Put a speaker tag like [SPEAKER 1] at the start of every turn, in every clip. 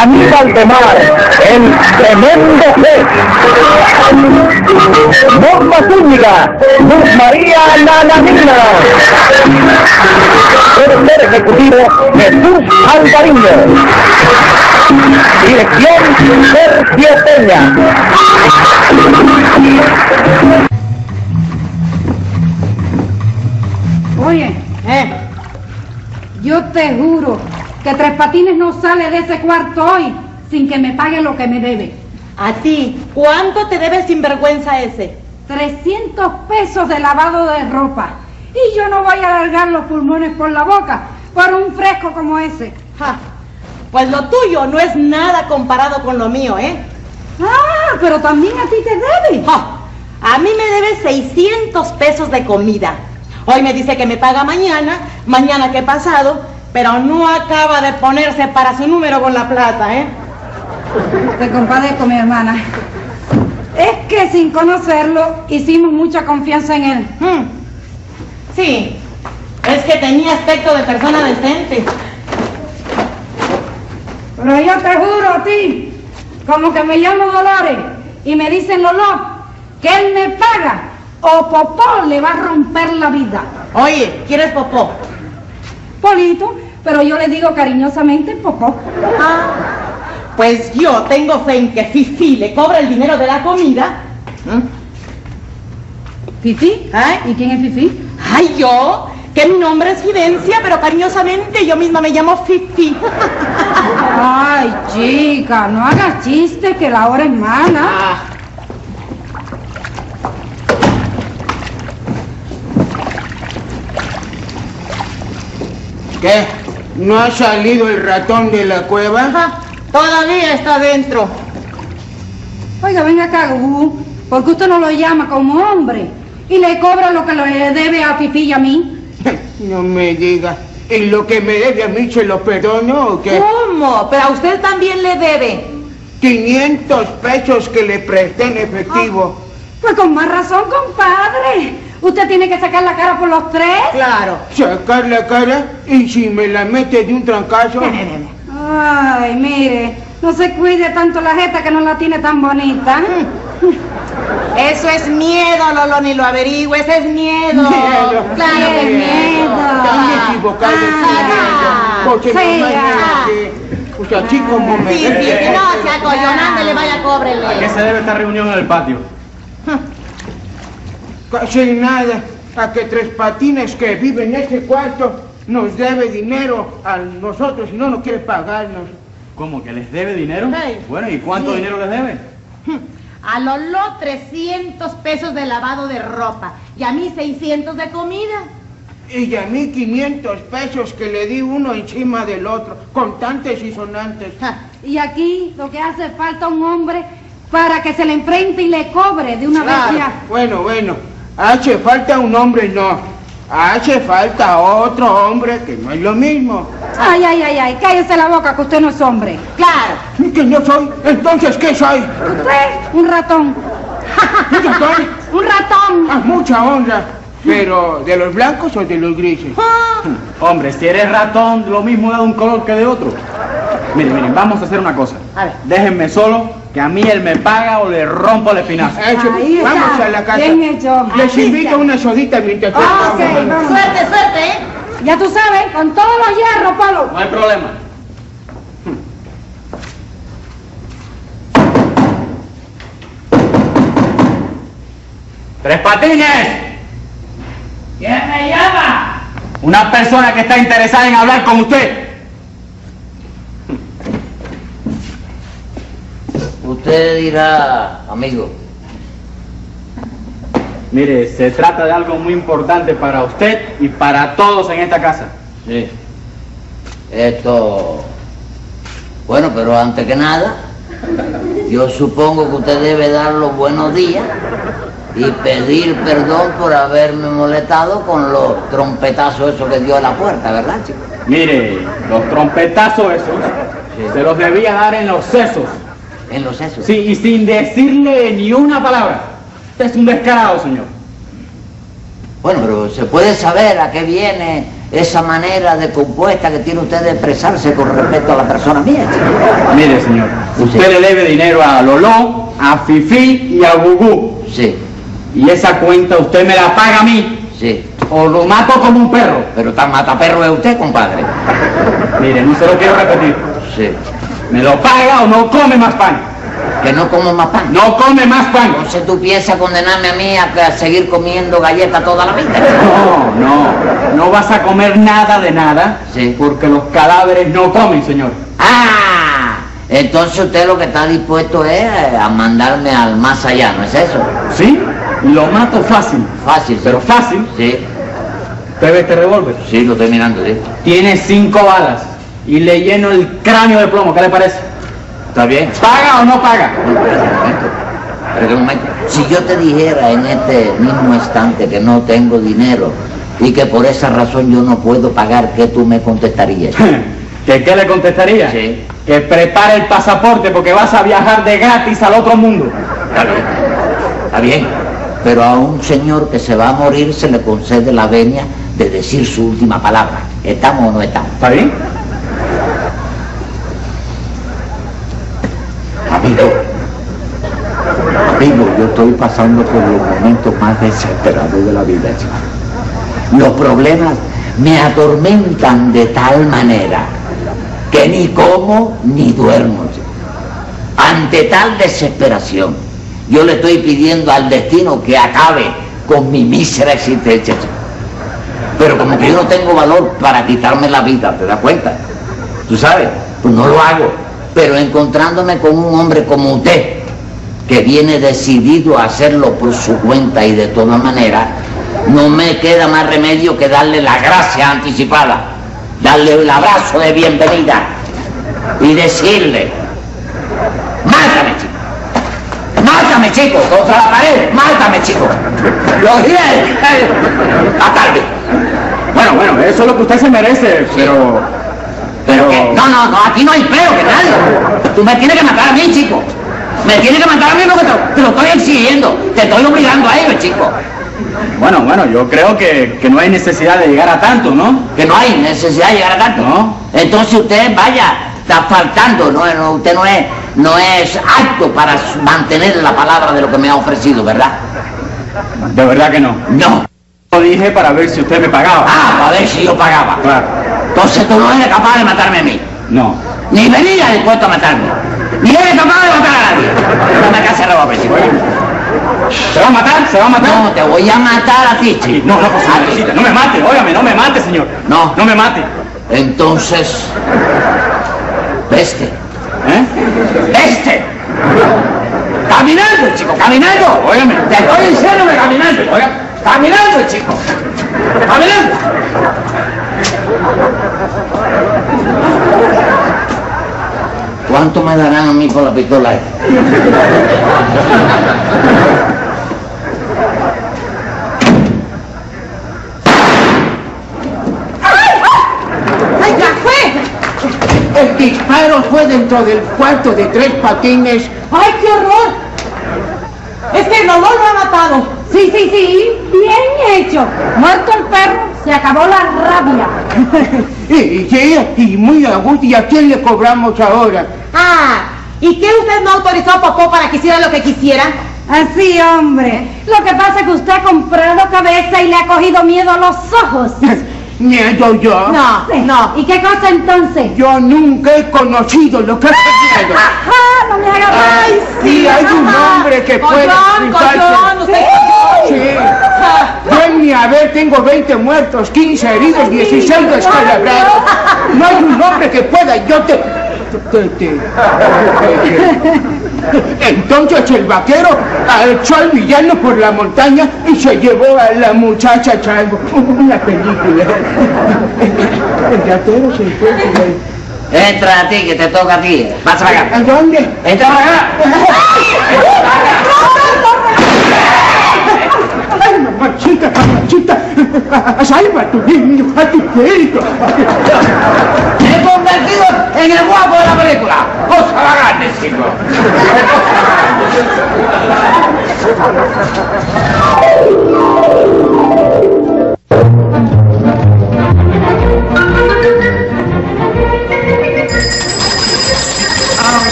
[SPEAKER 1] Aníbal de Mar, el tremendo juez. Norma Zúñiga, Luz María Nananina. Tercer ejecutivo, Jesús Alvariño. Dirección Sergio Peña.
[SPEAKER 2] Oye, eh, yo te juro que Tres Patines no sale de ese cuarto hoy sin que me pague lo que me debe.
[SPEAKER 3] A ti, ¿cuánto te debe el sinvergüenza ese?
[SPEAKER 2] 300 pesos de lavado de ropa. Y yo no voy a alargar los pulmones por la boca por un fresco como ese.
[SPEAKER 3] Ja, pues lo tuyo no es nada comparado con lo mío, ¿eh?
[SPEAKER 2] Ah, pero también a ti te debe.
[SPEAKER 3] Ja, a mí me debes 600 pesos de comida. Hoy me dice que me paga mañana, mañana que pasado, pero no acaba de ponerse para su número con la plata, ¿eh?
[SPEAKER 2] Te compadezco, mi hermana. Es que sin conocerlo hicimos mucha confianza en él.
[SPEAKER 3] Mm. Sí, es que tenía aspecto de persona decente.
[SPEAKER 2] Pero yo te juro a ti, como que me llamo Dolores y me dicen Lolo, que él me paga o Popó le va a romper la vida.
[SPEAKER 3] Oye, ¿quieres popó?
[SPEAKER 2] Polito, pero yo le digo cariñosamente Popó.
[SPEAKER 3] Ah, pues yo tengo fe en que Fifi le cobra el dinero de la comida. ¿Mm?
[SPEAKER 2] ¿Fifi?
[SPEAKER 3] ¿Eh?
[SPEAKER 2] ¿Y quién es Fifi?
[SPEAKER 3] Ay, yo, que mi nombre es Fidencia, pero cariñosamente yo misma me llamo Fifi.
[SPEAKER 2] Ay, chica, no hagas chiste que la hora es mala.
[SPEAKER 3] Ah.
[SPEAKER 4] ¿Qué? ¿No ha salido el ratón de la cueva?
[SPEAKER 3] Ajá, Todavía está dentro.
[SPEAKER 2] Oiga, venga acá, Gugu, porque usted no lo llama como hombre y le cobra lo que le debe a Fifi y a mí.
[SPEAKER 4] No me diga. ¿Y lo que me debe a mí se lo perdono o qué?
[SPEAKER 3] ¿Cómo? Pero a usted también le debe.
[SPEAKER 4] 500 pesos que le presté en efectivo.
[SPEAKER 3] Ah.
[SPEAKER 2] Pues con más razón, compadre. Usted tiene que sacar la cara por los tres.
[SPEAKER 3] Claro.
[SPEAKER 4] Sacar la cara y si me la mete de un trancazo.
[SPEAKER 3] Ve, ve, ve, ve.
[SPEAKER 2] Ay, mire, no se cuide tanto la jeta que no la tiene tan bonita. ¿eh?
[SPEAKER 3] Eso es miedo, Lolo, ni lo averigües, es miedo.
[SPEAKER 4] Miedo.
[SPEAKER 3] Claro que es miedo.
[SPEAKER 4] Están equivocados.
[SPEAKER 3] Ah,
[SPEAKER 4] Porque no
[SPEAKER 2] sí,
[SPEAKER 4] me
[SPEAKER 2] ah.
[SPEAKER 4] O sea, así como me
[SPEAKER 3] Sí, sí,
[SPEAKER 4] debe.
[SPEAKER 3] sí, no, se acollonante, le vaya,
[SPEAKER 5] ¿A qué
[SPEAKER 3] cóbrele.
[SPEAKER 5] se debe esta reunión en el patio?
[SPEAKER 4] Casi nada. A que tres patines que viven en este cuarto nos debe dinero a nosotros y no nos quiere pagarnos.
[SPEAKER 5] ¿Cómo? ¿Que les debe dinero?
[SPEAKER 3] Sí.
[SPEAKER 5] Bueno, ¿y cuánto
[SPEAKER 3] Sí.
[SPEAKER 5] dinero les debe?
[SPEAKER 6] A Lolo 300 pesos de lavado de ropa y a mí 600 de comida.
[SPEAKER 4] Y a mí 500 pesos que le di uno encima del otro, contantes y sonantes.
[SPEAKER 3] Ja,
[SPEAKER 2] Y aquí lo que hace falta un hombre para que se le enfrente y le cobre de una
[SPEAKER 4] Claro.
[SPEAKER 2] vez ya.
[SPEAKER 4] Bueno, bueno, hace falta un hombre, no. Hace falta otro hombre que no es lo mismo.
[SPEAKER 2] Ay, ay, ay, ay, cállese la boca que usted no es hombre.
[SPEAKER 3] Claro.
[SPEAKER 4] ¿Que no soy? Entonces, ¿qué soy?
[SPEAKER 2] Usted, un ratón.
[SPEAKER 4] Yo soy
[SPEAKER 2] Un ratón.
[SPEAKER 4] a mucha honra, pero ¿de los blancos o de los grises?
[SPEAKER 3] Ah,
[SPEAKER 5] Hombre, si eres ratón, lo mismo da de un color que de otro. Miren, miren, vamos a hacer una cosa.
[SPEAKER 3] A ver.
[SPEAKER 5] Déjenme solo, que a mí él me paga o le rompo el espinazo.
[SPEAKER 4] Eso,
[SPEAKER 2] Ahí está.
[SPEAKER 4] vamos a la casa.
[SPEAKER 2] Bien hecho, hombre.
[SPEAKER 4] Les invito una sodita mientras
[SPEAKER 2] Ah,
[SPEAKER 4] estamos
[SPEAKER 2] ok,
[SPEAKER 4] hablando.
[SPEAKER 2] vamos.
[SPEAKER 3] Suerte, suerte, ¿eh?
[SPEAKER 2] Ya tú sabes, con todos los hierros, Polo.
[SPEAKER 5] No hay problema. ¡Tres patines!
[SPEAKER 7] ¿Quién me llama?
[SPEAKER 5] Una persona que está interesada en hablar con usted.
[SPEAKER 8] Usted dirá, amigo,
[SPEAKER 5] Mire, se trata de algo muy importante para usted y para todos en esta casa.
[SPEAKER 8] sí, esto... Bueno, pero antes que nada, yo supongo que usted debe dar los buenos días y pedir perdón por haberme molestado con los trompetazos esos que dio a la puerta, ¿verdad, chico?
[SPEAKER 5] Mire, los trompetazos esos Se los debía dar en los sesos.
[SPEAKER 8] En los sesos.
[SPEAKER 5] Sí, y sin decirle ni una palabra. Usted es un descarado, señor.
[SPEAKER 8] Bueno, pero se puede saber a qué viene esa manera de compuesta que tiene usted de expresarse con respecto a la persona mía, chico?
[SPEAKER 5] Mire, señor, usted le debe dinero a Loló, a Fifi y a Gugú.
[SPEAKER 8] Sí,
[SPEAKER 5] Y esa cuenta usted me la paga a mí.
[SPEAKER 8] sí.
[SPEAKER 5] O lo mato como un perro.
[SPEAKER 8] Pero tan mataperro es usted, compadre.
[SPEAKER 5] Mire, no se lo quiero repetir.
[SPEAKER 8] Sí.
[SPEAKER 5] Me lo paga o no come más pan.
[SPEAKER 8] Que no como más pan.
[SPEAKER 5] No come más pan.
[SPEAKER 8] Entonces tú piensas condenarme a mí a, a seguir comiendo galletas toda la vida.
[SPEAKER 5] No, no. No vas a comer nada de nada.
[SPEAKER 8] Sí.
[SPEAKER 5] Porque los cadáveres no comen, señor.
[SPEAKER 8] Ah, entonces usted lo que está dispuesto es eh, a mandarme al más allá, ¿no es eso?
[SPEAKER 5] ¿Sí? Lo mato fácil.
[SPEAKER 8] Fácil. sí.
[SPEAKER 5] Pero fácil.
[SPEAKER 8] Sí,
[SPEAKER 5] Te ve este revólver.
[SPEAKER 8] sí, lo estoy mirando, sí.
[SPEAKER 5] Tiene cinco balas. Y le lleno el cráneo de plomo. ¿Qué le parece?
[SPEAKER 8] Está bien.
[SPEAKER 5] ¿Paga o no paga?
[SPEAKER 8] Pero espérate un momento, espérate un momento. Si yo te dijera en este mismo instante que no tengo dinero y que por esa razón yo no puedo pagar, ¿qué tú me contestarías?
[SPEAKER 5] ¿Que qué le contestaría?
[SPEAKER 8] Sí.
[SPEAKER 5] Que prepare el pasaporte porque vas a viajar de gratis al otro mundo.
[SPEAKER 8] Está bien. Está bien. Pero a un señor que se va a morir se le concede la venia de decir su última palabra. ¿Estamos o no estamos?
[SPEAKER 5] ¿Está bien?
[SPEAKER 1] Amigo, amigo, yo estoy pasando por los momentos más desesperados de la vida, chico.
[SPEAKER 8] Los problemas me atormentan de tal manera que ni como ni duermo. chico. Ante tal desesperación, yo le estoy pidiendo al destino que acabe con mi mísera existencia. chico. Pero como que yo no tengo valor para quitarme la vida, ¿te das cuenta? Tú sabes, pues no lo hago. Pero encontrándome con un hombre como usted, que viene decidido a hacerlo por su cuenta y de todas maneras, no me queda más remedio que darle la gracia anticipada, darle el abrazo de bienvenida y decirle, mátame chico, mátame chico, contra la pared, mátame chico, los diez, a tarde.
[SPEAKER 5] Bueno, bueno, eso es lo que usted se merece, pero...
[SPEAKER 8] Pero que, no, no, no, aquí no hay peo, que nadie. Tú me tienes que matar a mí, chico. Me tienes que matar a mí porque te, te lo estoy exigiendo, te estoy obligando a ello, chico.
[SPEAKER 5] Bueno, bueno, yo creo que, que no hay necesidad de llegar a tanto, ¿no?
[SPEAKER 8] que no hay necesidad de llegar a tanto.
[SPEAKER 5] No.
[SPEAKER 8] Entonces usted vaya, está faltando, no, no, usted no es, no es apto para s- mantener la palabra de lo que me ha ofrecido, ¿verdad?
[SPEAKER 5] De verdad que no.
[SPEAKER 8] No.
[SPEAKER 5] Lo dije para ver si usted me pagaba.
[SPEAKER 8] Ah, a ver si yo pagaba.
[SPEAKER 5] Claro.
[SPEAKER 8] Entonces tú no eres capaz de matarme a mí.
[SPEAKER 5] No.
[SPEAKER 8] Ni venía dispuesto a matarme. Ni eres capaz de matar a nadie. No me cases roba,
[SPEAKER 5] pues,
[SPEAKER 8] chico.
[SPEAKER 5] ¿Se va a matar? ¿Se va a matar?
[SPEAKER 8] No, te voy a matar a ti, chico.
[SPEAKER 5] No, no, por favor,
[SPEAKER 8] A ti.
[SPEAKER 5] Rosita, no me mate, óigame, no me mate, señor.
[SPEAKER 8] No.
[SPEAKER 5] No me mate.
[SPEAKER 8] Entonces, peste.
[SPEAKER 5] ¿Eh?
[SPEAKER 8] ¡Este! ¡Caminando, chico! ¡Caminando!
[SPEAKER 5] Óigame.
[SPEAKER 8] Te estoy diciendo que caminando. ¡Caminando, chico! ¡Caminando! ¿Cuánto me darán a mí por la pistola? esta?
[SPEAKER 3] ¡Ay, ya fue!
[SPEAKER 4] El disparo fue dentro del cuarto de tres patines.
[SPEAKER 3] ¡Ay, qué horror! Es que Loló lo ha matado.
[SPEAKER 2] Sí, sí, sí, bien hecho. Muerto el perro, se acabó la rabia.
[SPEAKER 4] Y, y, sí, y muy a gusto. ¿Y a quién le cobramos ahora?
[SPEAKER 3] Ah, ¿y qué usted no autorizó a Popó para que hiciera lo que quisiera?
[SPEAKER 2] Así, hombre. Lo que pasa es que usted ha comprado cabeza y le ha cogido miedo a los ojos.
[SPEAKER 4] Miedo yo.
[SPEAKER 3] No, no.
[SPEAKER 2] ¿Y qué cosa entonces?
[SPEAKER 4] Yo nunca he conocido lo que ha tenido.
[SPEAKER 2] ¡Ajá! Ah, ¡No me haga
[SPEAKER 4] Ay,
[SPEAKER 2] mal!
[SPEAKER 4] sí, hay un hombre que puede
[SPEAKER 3] Collón,
[SPEAKER 4] explicarse.
[SPEAKER 3] collón, usted...
[SPEAKER 4] Sí. Yo en mi haber tengo 20 muertos, 15 heridos, 16 descalabrados. No hay un hombre que pueda, yo te... te- te- Entonces el vaquero echó al villano por la montaña y se llevó a la muchacha Chango. Una película. El ratero se encuentra.
[SPEAKER 8] Entra a ti, que te toca a ti. Pasa para
[SPEAKER 4] ¿A
[SPEAKER 8] acá.
[SPEAKER 4] dónde?
[SPEAKER 8] Entra para acá.
[SPEAKER 4] ¡Ay, mamachita, mamachita! ¡Salva a tu niño, a tu perito!
[SPEAKER 8] Me he convertido en el guapo de la película.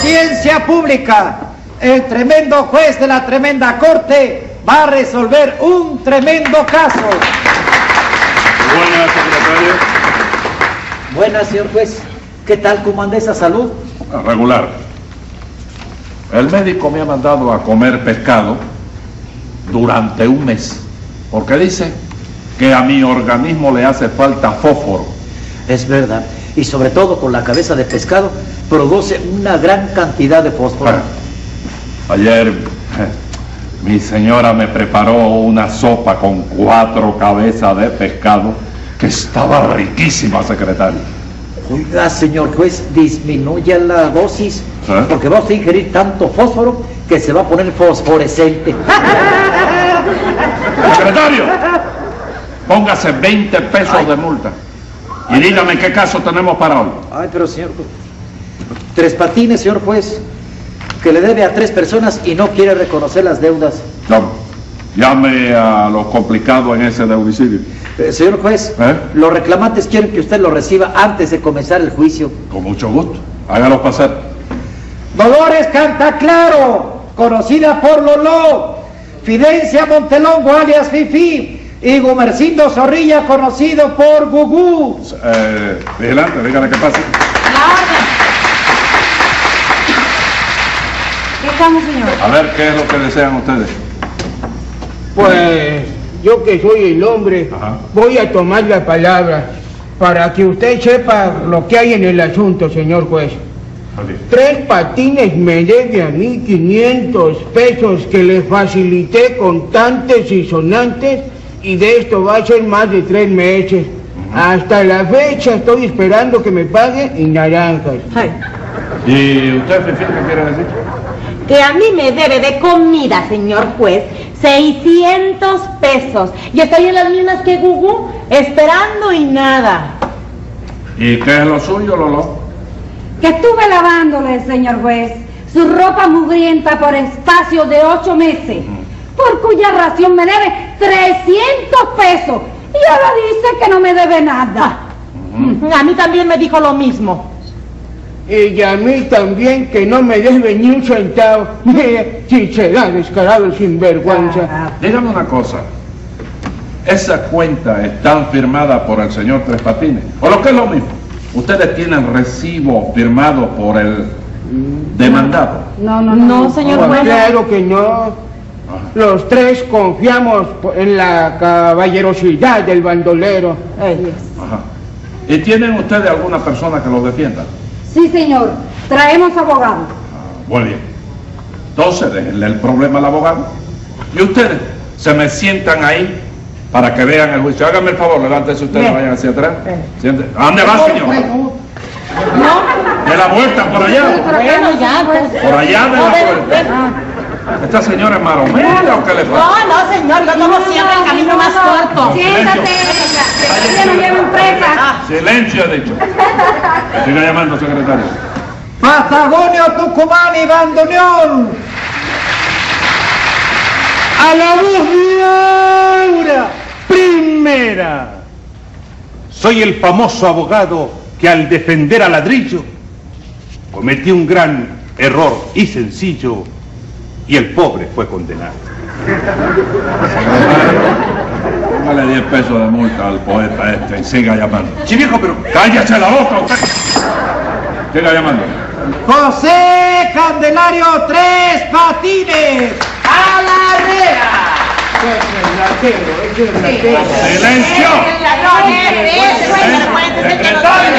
[SPEAKER 9] Audiencia pública. El tremendo juez de la tremenda corte va a resolver un tremendo caso.
[SPEAKER 5] Buenas, secretario.
[SPEAKER 9] Buenas, señor juez. ¿Qué tal? ¿Cómo anda esa salud?
[SPEAKER 5] Regular. El médico me ha mandado a comer pescado durante un mes, porque dice que a mi organismo le hace falta fósforo.
[SPEAKER 9] Es verdad. Y sobre todo con la cabeza de pescado, produce una gran cantidad de fósforo.
[SPEAKER 5] Ayer eh, mi señora me preparó una sopa con cuatro cabezas de pescado que estaba riquísima, secretario.
[SPEAKER 9] Oiga, señor juez, disminuya la dosis,
[SPEAKER 5] ¿Eh?
[SPEAKER 9] porque va usted a ingerir tanto fósforo que se va a poner fosforescente.
[SPEAKER 5] Secretario, póngase 20 pesos de multa y dígame qué caso tenemos para hoy.
[SPEAKER 9] Ay, pero señor juez. Tres patines, señor juez, que le debe a tres personas y no quiere reconocer las deudas.
[SPEAKER 5] No, llame a los complicados en ese deudicidio.
[SPEAKER 9] Eh, señor juez,
[SPEAKER 5] ¿Eh?
[SPEAKER 9] los reclamantes quieren que usted lo reciba antes de comenzar el juicio.
[SPEAKER 5] Con mucho gusto, hágalo pasar.
[SPEAKER 9] Dolores Canta Claro, conocida por Lolo, Fidencia Montelongo, alias Fifi, y Gumercindo Zorrilla, conocido por Gugú.
[SPEAKER 5] Eh, vigilante, dígale qué pasa.
[SPEAKER 6] La orden.
[SPEAKER 2] ¿Qué estamos, señor?
[SPEAKER 5] A ver qué es lo que desean ustedes.
[SPEAKER 4] Pues yo que soy el hombre,
[SPEAKER 5] Ajá.
[SPEAKER 4] voy a tomar la palabra para que usted sepa lo que hay en el asunto, señor juez. Tres patines me debe a mí 500 pesos que le facilité contantes y sonantes y de esto va a ser más de tres meses. Hasta la fecha estoy esperando que me pague y naranjas.
[SPEAKER 5] ¿Y usted, Fifi, qué quiere decir?
[SPEAKER 6] Que a mí me debe de comida, señor juez, 600 pesos. Y estoy en las mismas que Gugu, esperando y nada.
[SPEAKER 5] ¿Y qué es lo suyo, Lolo?
[SPEAKER 2] Que estuve lavándole, señor juez, su ropa mugrienta por espacio de ocho meses, por cuya ración me debe 300 pesos. Y ahora dice que no me debe nada.
[SPEAKER 6] A mí también me dijo lo mismo.
[SPEAKER 4] Y a mí también que no me debe ni un centavo. si será descarado Ah,
[SPEAKER 2] Ah,
[SPEAKER 4] sinvergüenza.
[SPEAKER 5] Dígame una cosa. Esas cuentas están firmadas por el señor Tres Patines. O lo que es lo mismo. Ustedes tienen recibo firmado por el demandado.
[SPEAKER 2] No, no, no.
[SPEAKER 6] No, señor
[SPEAKER 4] Pues
[SPEAKER 6] juez.
[SPEAKER 4] claro que no. Los tres confiamos en la caballerosidad del bandolero.
[SPEAKER 6] Ey.
[SPEAKER 5] Ajá. ¿Y tienen ustedes alguna persona que lo defienda?
[SPEAKER 2] Sí, señor. Traemos abogado.
[SPEAKER 5] Muy bien. Entonces, déjenle el problema al abogado. Y ustedes se me sientan ahí para que vean el juicio. Háganme el favor, levántense ustedes, vayan hacia atrás. Siéntense. ¿A dónde va, señor? De la vuelta, por allá.
[SPEAKER 6] Bueno, ya, pues.
[SPEAKER 5] Por allá de
[SPEAKER 6] No,
[SPEAKER 5] la
[SPEAKER 6] ven, ven.
[SPEAKER 5] vuelta. ¿Esta señora es maromera o qué le pasa?
[SPEAKER 6] No, no, señor, yo tomo siempre el camino más corto.
[SPEAKER 2] Siéntate, que ya nos llevan presa.
[SPEAKER 5] Silencio, he dicho. Siga llamando, secretario.
[SPEAKER 9] Patagonio, Tucumán y Bandoneón.
[SPEAKER 4] A la voz de Aura, primera.
[SPEAKER 10] Soy el famoso abogado que al defender a ladrillo cometió un gran error y sencillo y el pobre fue condenado.
[SPEAKER 5] Póngale 10 pesos de multa al poeta este y siga llamando.
[SPEAKER 10] Sí, viejo, pero
[SPEAKER 5] ¡Cállese la boca usted! Siga llamando.
[SPEAKER 9] José Candelario, tres patines. ¡A la reja!
[SPEAKER 5] ¡Silencio! ¡Secretario!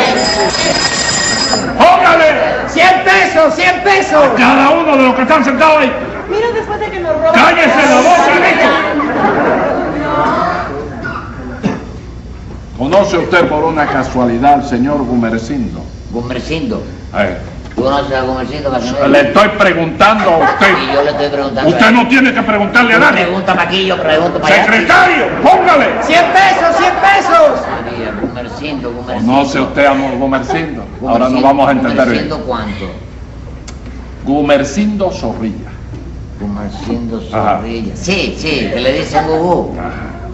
[SPEAKER 5] ¡Póngale!
[SPEAKER 9] 100 pesos, 100 pesos.
[SPEAKER 5] Cada uno de los que están sentados ahí.
[SPEAKER 6] Mira después de que nos roban.
[SPEAKER 5] ¡Cállese la boca, bicho! ¿Conoce usted por una casualidad al señor Gumercindo?
[SPEAKER 8] Gumercindo, tú conoces a Gumercindo Casanova?
[SPEAKER 5] le estoy preguntando a usted.
[SPEAKER 8] Y yo le estoy preguntando.
[SPEAKER 5] Usted no tiene que preguntarle a
[SPEAKER 8] Tú
[SPEAKER 5] nadie.
[SPEAKER 8] Pregunta para aquí, yo pregunto para allá.
[SPEAKER 5] ¡Secretario! ¡Póngale!
[SPEAKER 9] 100 pesos, 100 pesos.
[SPEAKER 8] María, Gumercindo, Gumercindo.
[SPEAKER 5] ¿Conoce usted a Gumercindo?
[SPEAKER 8] Gumercindo,
[SPEAKER 5] Ahora nos vamos a entender bien.
[SPEAKER 8] ¿Gumercindo cuánto?
[SPEAKER 5] Gumercindo Zorrilla.
[SPEAKER 8] como haciendo sonrilla. Sí, sí, que le dicen Gugú.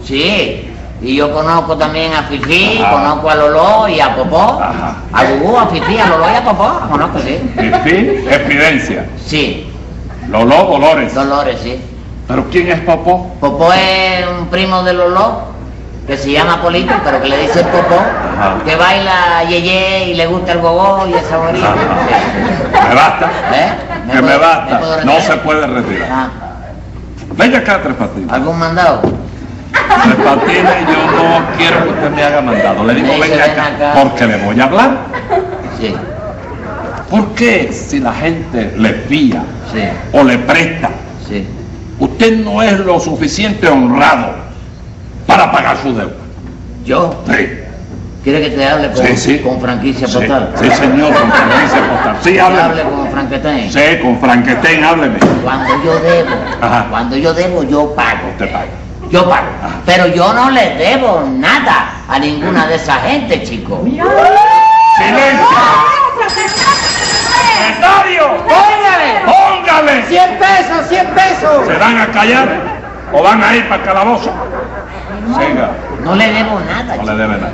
[SPEAKER 8] Sí. Y yo conozco también a Fifi,
[SPEAKER 5] Ajá.
[SPEAKER 8] conozco a Loló y a Popó. A Gugú, a Fifi, a Loló y a Popó. Conozco, sí.
[SPEAKER 5] Fifi, Evidencia.
[SPEAKER 8] Sí.
[SPEAKER 5] Loló, Dolores.
[SPEAKER 8] Dolores, sí.
[SPEAKER 5] ¿Pero quién es Popó?
[SPEAKER 8] Popó es un primo de Loló, que se llama Polito, pero que le dicen Popó, que baila yeye y le gusta el gogó y esa bonita.
[SPEAKER 5] Me basta.
[SPEAKER 8] ¿Eh?
[SPEAKER 5] que me
[SPEAKER 8] puedo-
[SPEAKER 5] basta.
[SPEAKER 8] puedo
[SPEAKER 5] no
[SPEAKER 8] retirar?
[SPEAKER 5] se puede retirar.
[SPEAKER 8] Ah.
[SPEAKER 5] Venga acá, Tres Patines.
[SPEAKER 8] ¿Algún mandado?
[SPEAKER 5] Tres Patines, yo no quiero que usted me haga mandado. Le digo,
[SPEAKER 8] Eso,
[SPEAKER 5] venga
[SPEAKER 8] ven
[SPEAKER 5] acá,
[SPEAKER 8] acá.
[SPEAKER 5] porque le voy a hablar.
[SPEAKER 8] Sí,
[SPEAKER 5] ¿Por qué si la gente le pía
[SPEAKER 8] sí,
[SPEAKER 5] o le presta,
[SPEAKER 8] sí.
[SPEAKER 5] usted no es lo suficiente honrado para pagar su deuda?
[SPEAKER 8] ¿Yo?
[SPEAKER 5] Sí.
[SPEAKER 8] ¿Quiere que te hable con,
[SPEAKER 5] Sí, sí.
[SPEAKER 8] con franquicia
[SPEAKER 5] Sí,
[SPEAKER 8] postal?
[SPEAKER 5] sí, señor, con franquicia postal. Sí,
[SPEAKER 8] ¿Que hable
[SPEAKER 5] hábleme.
[SPEAKER 8] con franquetén?
[SPEAKER 5] Sí, con Franquetén, hábleme.
[SPEAKER 8] Cuando yo debo,
[SPEAKER 5] Ajá.
[SPEAKER 8] cuando yo debo, yo pago.
[SPEAKER 5] Usted paga.
[SPEAKER 8] Yo pago. Pero yo no le debo nada a
[SPEAKER 5] Mm.
[SPEAKER 8] ninguna de esa gente, chico.
[SPEAKER 5] ¡Silencio! ¡Secretario!
[SPEAKER 9] ¡Póngale!
[SPEAKER 5] ¡Póngale!
[SPEAKER 9] ¡Cien pesos, cien pesos!
[SPEAKER 5] ¿Se van a callar o van a ir para el calabozo? Siga,
[SPEAKER 8] No le debo nada,
[SPEAKER 5] no
[SPEAKER 8] chico.
[SPEAKER 5] le debe nada.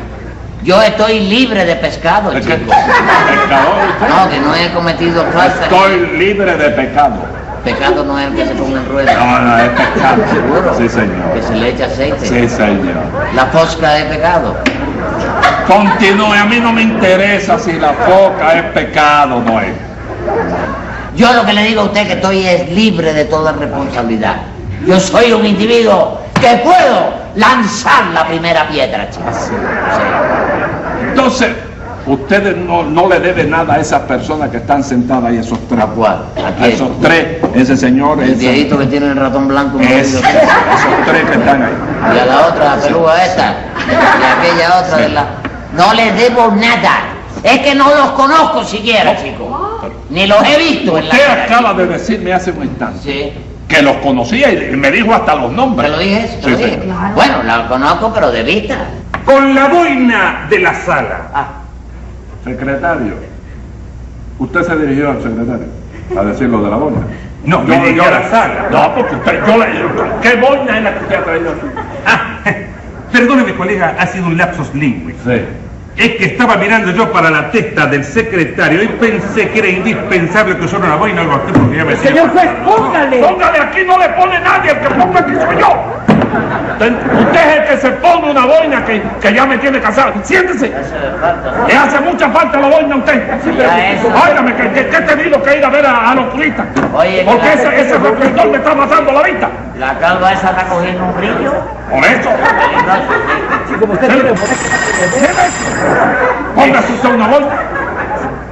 [SPEAKER 8] Yo estoy libre de pescado,
[SPEAKER 5] Es que-
[SPEAKER 8] chico.
[SPEAKER 5] pescador,
[SPEAKER 8] No, que no he cometido falta.
[SPEAKER 5] Estoy libre de pecado.
[SPEAKER 8] Pecado no es el que se ponga en rueda.
[SPEAKER 5] No, no, es pecado.
[SPEAKER 8] ¿Seguro?
[SPEAKER 5] Sí,
[SPEAKER 8] Que
[SPEAKER 5] señor.
[SPEAKER 8] se le echa aceite.
[SPEAKER 5] Sí, señor.
[SPEAKER 8] La posca es pecado.
[SPEAKER 5] Continúe, a mí no me interesa si la foca es pecado o no es.
[SPEAKER 8] Yo lo que le digo a usted que estoy es libre de toda responsabilidad. Yo soy un individuo que puedo lanzar la primera piedra, chicos.
[SPEAKER 5] Entonces, ustedes no, no le deben nada a esas personas que están sentadas ahí, esos tres.
[SPEAKER 8] ¿A cuál? ¿A
[SPEAKER 5] A
[SPEAKER 8] quién?
[SPEAKER 5] esos tres, ese señor,
[SPEAKER 8] El
[SPEAKER 5] ese,
[SPEAKER 8] viejito que tiene el ratón blanco. un
[SPEAKER 5] es-
[SPEAKER 8] marido, ¿qué?
[SPEAKER 5] esos tres que están ahí.
[SPEAKER 8] Y a la otra, la pelúa esta. Y a aquella otra de la... No les debo nada. Es que no los conozco siquiera, chicos. Ni los he visto en la
[SPEAKER 5] Usted
[SPEAKER 8] cara,
[SPEAKER 5] acaba de decirme hace un instante
[SPEAKER 8] Sí.
[SPEAKER 5] que los conocía y me dijo hasta los
[SPEAKER 8] Te
[SPEAKER 5] nombres.
[SPEAKER 8] lo dije eso, te
[SPEAKER 5] Sí,
[SPEAKER 8] lo dije.
[SPEAKER 5] señor.
[SPEAKER 8] Bueno, la conozco, pero de vista.
[SPEAKER 10] Con la boina de la sala.
[SPEAKER 8] Ah,
[SPEAKER 5] Secretario, usted se dirigió al secretario a decir lo de la boina.
[SPEAKER 10] No, me dirigió a la sala.
[SPEAKER 5] No, porque usted, yo le ¿qué boina es la que usted ha traído aquí?
[SPEAKER 10] Ah, perdóneme, colega, ha sido un lapsus lingüis.
[SPEAKER 5] Sí.
[SPEAKER 10] Es que estaba mirando yo para la testa del secretario y pensé que era indispensable que usara una boina o algo así porque ya me decía-
[SPEAKER 9] Señor juez, póngale.
[SPEAKER 5] Póngale aquí, no le pone nadie, el que ponga aquí soy yo. Usted, usted es el que se pone una boina que, que ya me tiene casado. Siéntese. Le hace mucha falta la boina a usted.
[SPEAKER 8] Ya eso.
[SPEAKER 5] Óigame, que, que- que he tenido que ir a ver a, a los turistas.
[SPEAKER 8] Oye,
[SPEAKER 5] Porque
[SPEAKER 8] que-
[SPEAKER 5] ese, ese reflector me está matando la vista.
[SPEAKER 8] la calva esa está cogiendo un brillo.
[SPEAKER 5] Por eso. Póngase usted una boina.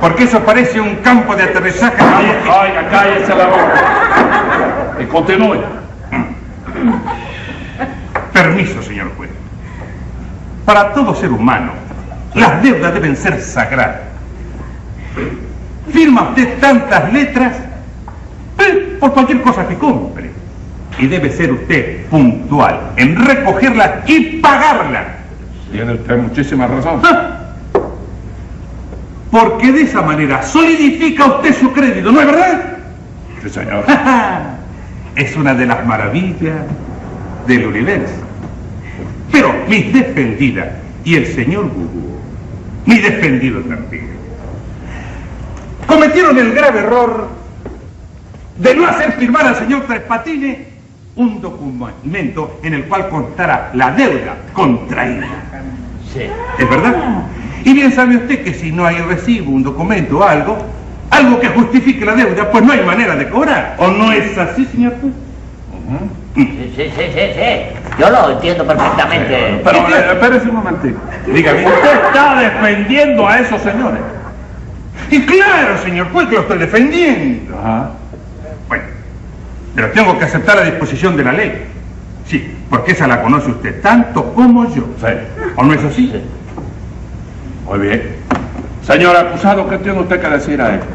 [SPEAKER 10] Porque eso parece un campo de aterrizaje.
[SPEAKER 5] Cállese, oiga, cállese la boca. Y continúe.
[SPEAKER 10] Permiso, señor juez. Para todo ser humano, las deudas deben ser sagradas. Firma usted tantas letras eh, por cualquier cosa que compre. Y debe ser usted puntual en recogerlas y pagarlas.
[SPEAKER 5] Tiene usted muchísima razón.
[SPEAKER 10] Ah. Porque de esa manera solidifica usted su crédito, ¿no es verdad?
[SPEAKER 5] Sí, señor.
[SPEAKER 10] es una de las maravillas del universo. Pero mis defendidas y el señor Gugú, mi defendido también, cometieron el grave error de no hacer firmar al señor Tres Patines un documento en el cual constara la deuda contraída. ¿Es verdad? Y bien sabe usted que si no hay recibo, un documento o algo, algo que justifique la deuda, pues no hay manera de cobrar. ¿O no es así, señor juez?
[SPEAKER 8] Sí, sí, sí, sí, sí. Yo lo entiendo perfectamente.
[SPEAKER 5] Pero eh, espérese un momentito.
[SPEAKER 10] Dígame.
[SPEAKER 5] Usted está defendiendo a esos señores.
[SPEAKER 10] Y claro, señor juez, que lo estoy defendiendo.
[SPEAKER 5] Ajá.
[SPEAKER 10] Bueno, pero tengo que aceptar la disposición de la ley. Sí, porque esa la conoce usted tanto como yo.
[SPEAKER 5] Sí.
[SPEAKER 10] ¿O no es así?
[SPEAKER 5] Muy bien. Señor acusado, ¿qué tiene usted que decir a esto?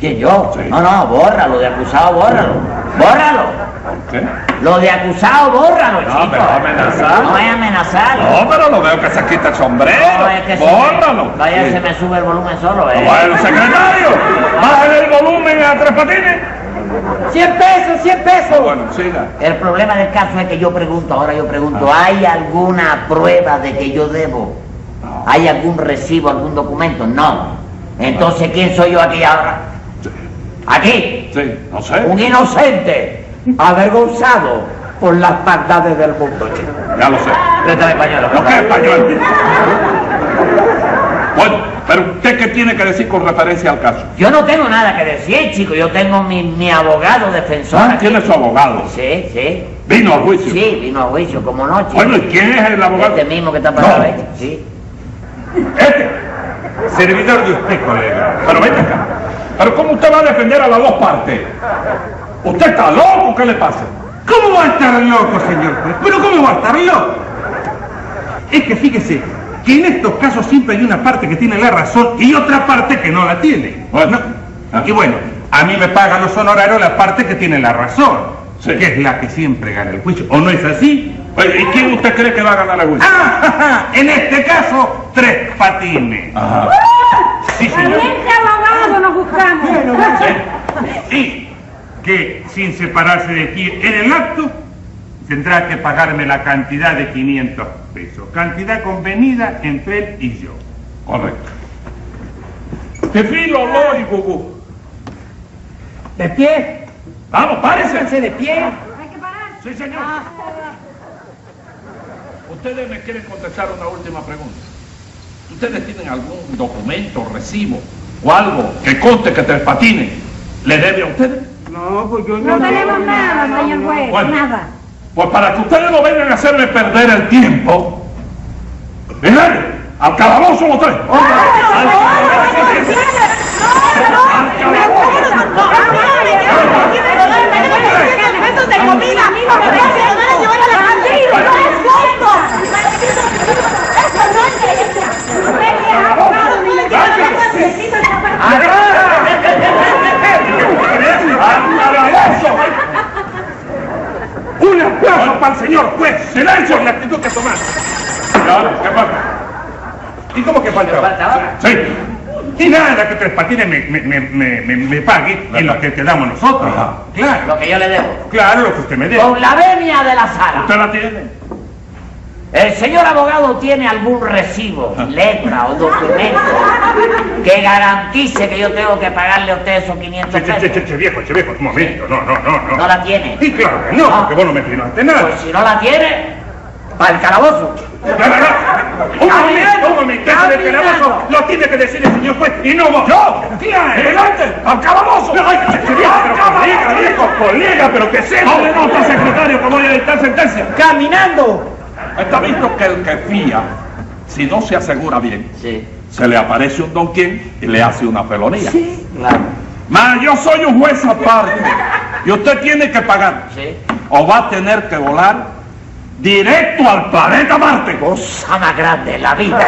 [SPEAKER 8] ¿Quién yo?
[SPEAKER 5] Sí.
[SPEAKER 8] No, no, bórralo, de acusado, bórralo. Bórralo.
[SPEAKER 5] ¿Por qué?
[SPEAKER 8] Lo de acusado, bórralo,
[SPEAKER 5] No,
[SPEAKER 8] chico.
[SPEAKER 5] pero amenazar.
[SPEAKER 8] No es amenazar.
[SPEAKER 5] No, pero lo veo que se quita el sombrero.
[SPEAKER 8] No, es que se me-
[SPEAKER 5] Bórralo.
[SPEAKER 8] Vaya,
[SPEAKER 5] Sí.
[SPEAKER 8] se me sube el volumen solo, ¿eh?
[SPEAKER 5] Bueno, secretario, bájale el volumen a Tres Patines.
[SPEAKER 9] ¡Cien pesos, cien pesos!
[SPEAKER 8] El problema del caso es que yo pregunto, ahora yo pregunto,
[SPEAKER 5] Ah.
[SPEAKER 8] ¿hay alguna prueba de que yo debo? ¿Hay algún recibo, algún documento? No. Entonces, ¿quién soy yo aquí ahora? ¿Aquí?
[SPEAKER 5] Sí, no sé.
[SPEAKER 8] Un inocente, avergonzado por las maldades del mundo.
[SPEAKER 5] Ya lo sé.
[SPEAKER 8] Préstame el pañuelo.
[SPEAKER 5] ¿Lo que es pañuelo? Bueno, pero usted qué tiene que decir con referencia al caso.
[SPEAKER 8] Yo no tengo nada que decir, chico. Yo tengo mi, mi abogado defensor.
[SPEAKER 5] Ah,
[SPEAKER 8] aquí.
[SPEAKER 5] tiene su abogado.
[SPEAKER 8] Sí, sí.
[SPEAKER 5] Vino al juicio.
[SPEAKER 8] Sí, vino a juicio, como no, chico.
[SPEAKER 5] Bueno, ¿y quién es el abogado?
[SPEAKER 8] Este mismo que está parado
[SPEAKER 5] No.
[SPEAKER 8] ahí. Sí.
[SPEAKER 10] ¿Eh?
[SPEAKER 5] Este, servidor de usted, colega. Pero vete acá. Pero ¿cómo usted va a defender a las dos partes? ¿Usted está loco? ¿Qué le pasa?
[SPEAKER 10] ¿Cómo va a estar loco, señor juez? ¿Pero cómo va a estar loco? Es que fíjese que en estos casos siempre hay una parte que tiene la razón y otra parte que no la tiene.
[SPEAKER 5] Bueno.
[SPEAKER 10] Y bueno, a mí me pagan los honorarios la parte que tiene la razón,
[SPEAKER 5] Sí.
[SPEAKER 10] que es la que siempre gana el juicio. ¿O no es así?
[SPEAKER 5] Oye, ¿Y quién usted cree que va a ganar el juicio?
[SPEAKER 10] ¡Ah! ja, ja! En este caso, tres patines.
[SPEAKER 5] Ajá.
[SPEAKER 10] Sí, señor.
[SPEAKER 2] Valiente abogado nos buscamos.
[SPEAKER 10] Y que sin separarse de aquí en el acto, tendrá que pagarme la cantidad de 500 pesos. Cantidad convenida entre él y yo.
[SPEAKER 5] Correcto. Tefilo, Lori, Gugu.
[SPEAKER 9] De pie,
[SPEAKER 5] Vamos, párense.
[SPEAKER 9] pónganse de pie.
[SPEAKER 2] Hay que parar. Ah.
[SPEAKER 5] Sí, señor. Ustedes me quieren contestar una última pregunta. ¿Ustedes tienen algún documento, recibo o algo que conste que Tres Patines le debe a ustedes?
[SPEAKER 4] No, pues yo
[SPEAKER 2] No
[SPEAKER 4] no
[SPEAKER 2] tenemos
[SPEAKER 4] tengo
[SPEAKER 2] nada, señor
[SPEAKER 4] no.
[SPEAKER 2] juez,
[SPEAKER 5] Bueno.
[SPEAKER 2] nada.
[SPEAKER 5] Pues para que ustedes no vengan a hacerme perder el tiempo, ¡Miren! ¡Al calabozo los tres! ¡Al calabozo! ¡Al calabozo!
[SPEAKER 10] ¡Un aplauso para el señor juez!
[SPEAKER 5] ¡Silencio! La actitud que tomar. Claro, ¿qué pasa?
[SPEAKER 10] ¿Y cómo que falta?
[SPEAKER 5] Sí.
[SPEAKER 10] Y nada, que Tres Patines me, me, me, me, me- me pague en lo que te damos nosotros.
[SPEAKER 5] Ajá.
[SPEAKER 10] Claro,
[SPEAKER 8] Lo que yo le debo.
[SPEAKER 10] claro, lo que usted me dé.
[SPEAKER 8] Con la venia de la sala.
[SPEAKER 5] ¿Usted la tiene?
[SPEAKER 8] ¿El señor abogado tiene algún recibo, letra o documento que garantice que yo tengo que pagarle a usted esos 500
[SPEAKER 10] Che, che, che,
[SPEAKER 8] pesos?
[SPEAKER 10] che, che, viejo, che, viejo, un momento, no, no, no, no.
[SPEAKER 8] ¿No la tiene?
[SPEAKER 10] Y claro que no, porque vos no me firmaste nada.
[SPEAKER 8] Pues si no la tiene, para el calabozo.
[SPEAKER 10] No, no, no. Un momento, un momento, eso de calabozo lo tiene que decir el señor juez y no vos. ¡No! ¡Adelante! ¡Al calabozo! ¡Ay, che, viejo, pero colega, viejo, colega, pero que se... ¡No, no, está secretario, que voy a dictar sentencia!
[SPEAKER 9] Caminando.
[SPEAKER 5] Está visto que el que fía, si no se asegura bien,
[SPEAKER 8] Sí,
[SPEAKER 5] se le aparece un don quien y le hace una felonía.
[SPEAKER 8] claro.
[SPEAKER 5] Mas yo soy un juez aparte y usted tiene que pagar
[SPEAKER 8] Sí.
[SPEAKER 5] o va a tener que volar directo al planeta Marte.
[SPEAKER 8] Cosa más grande en la vida.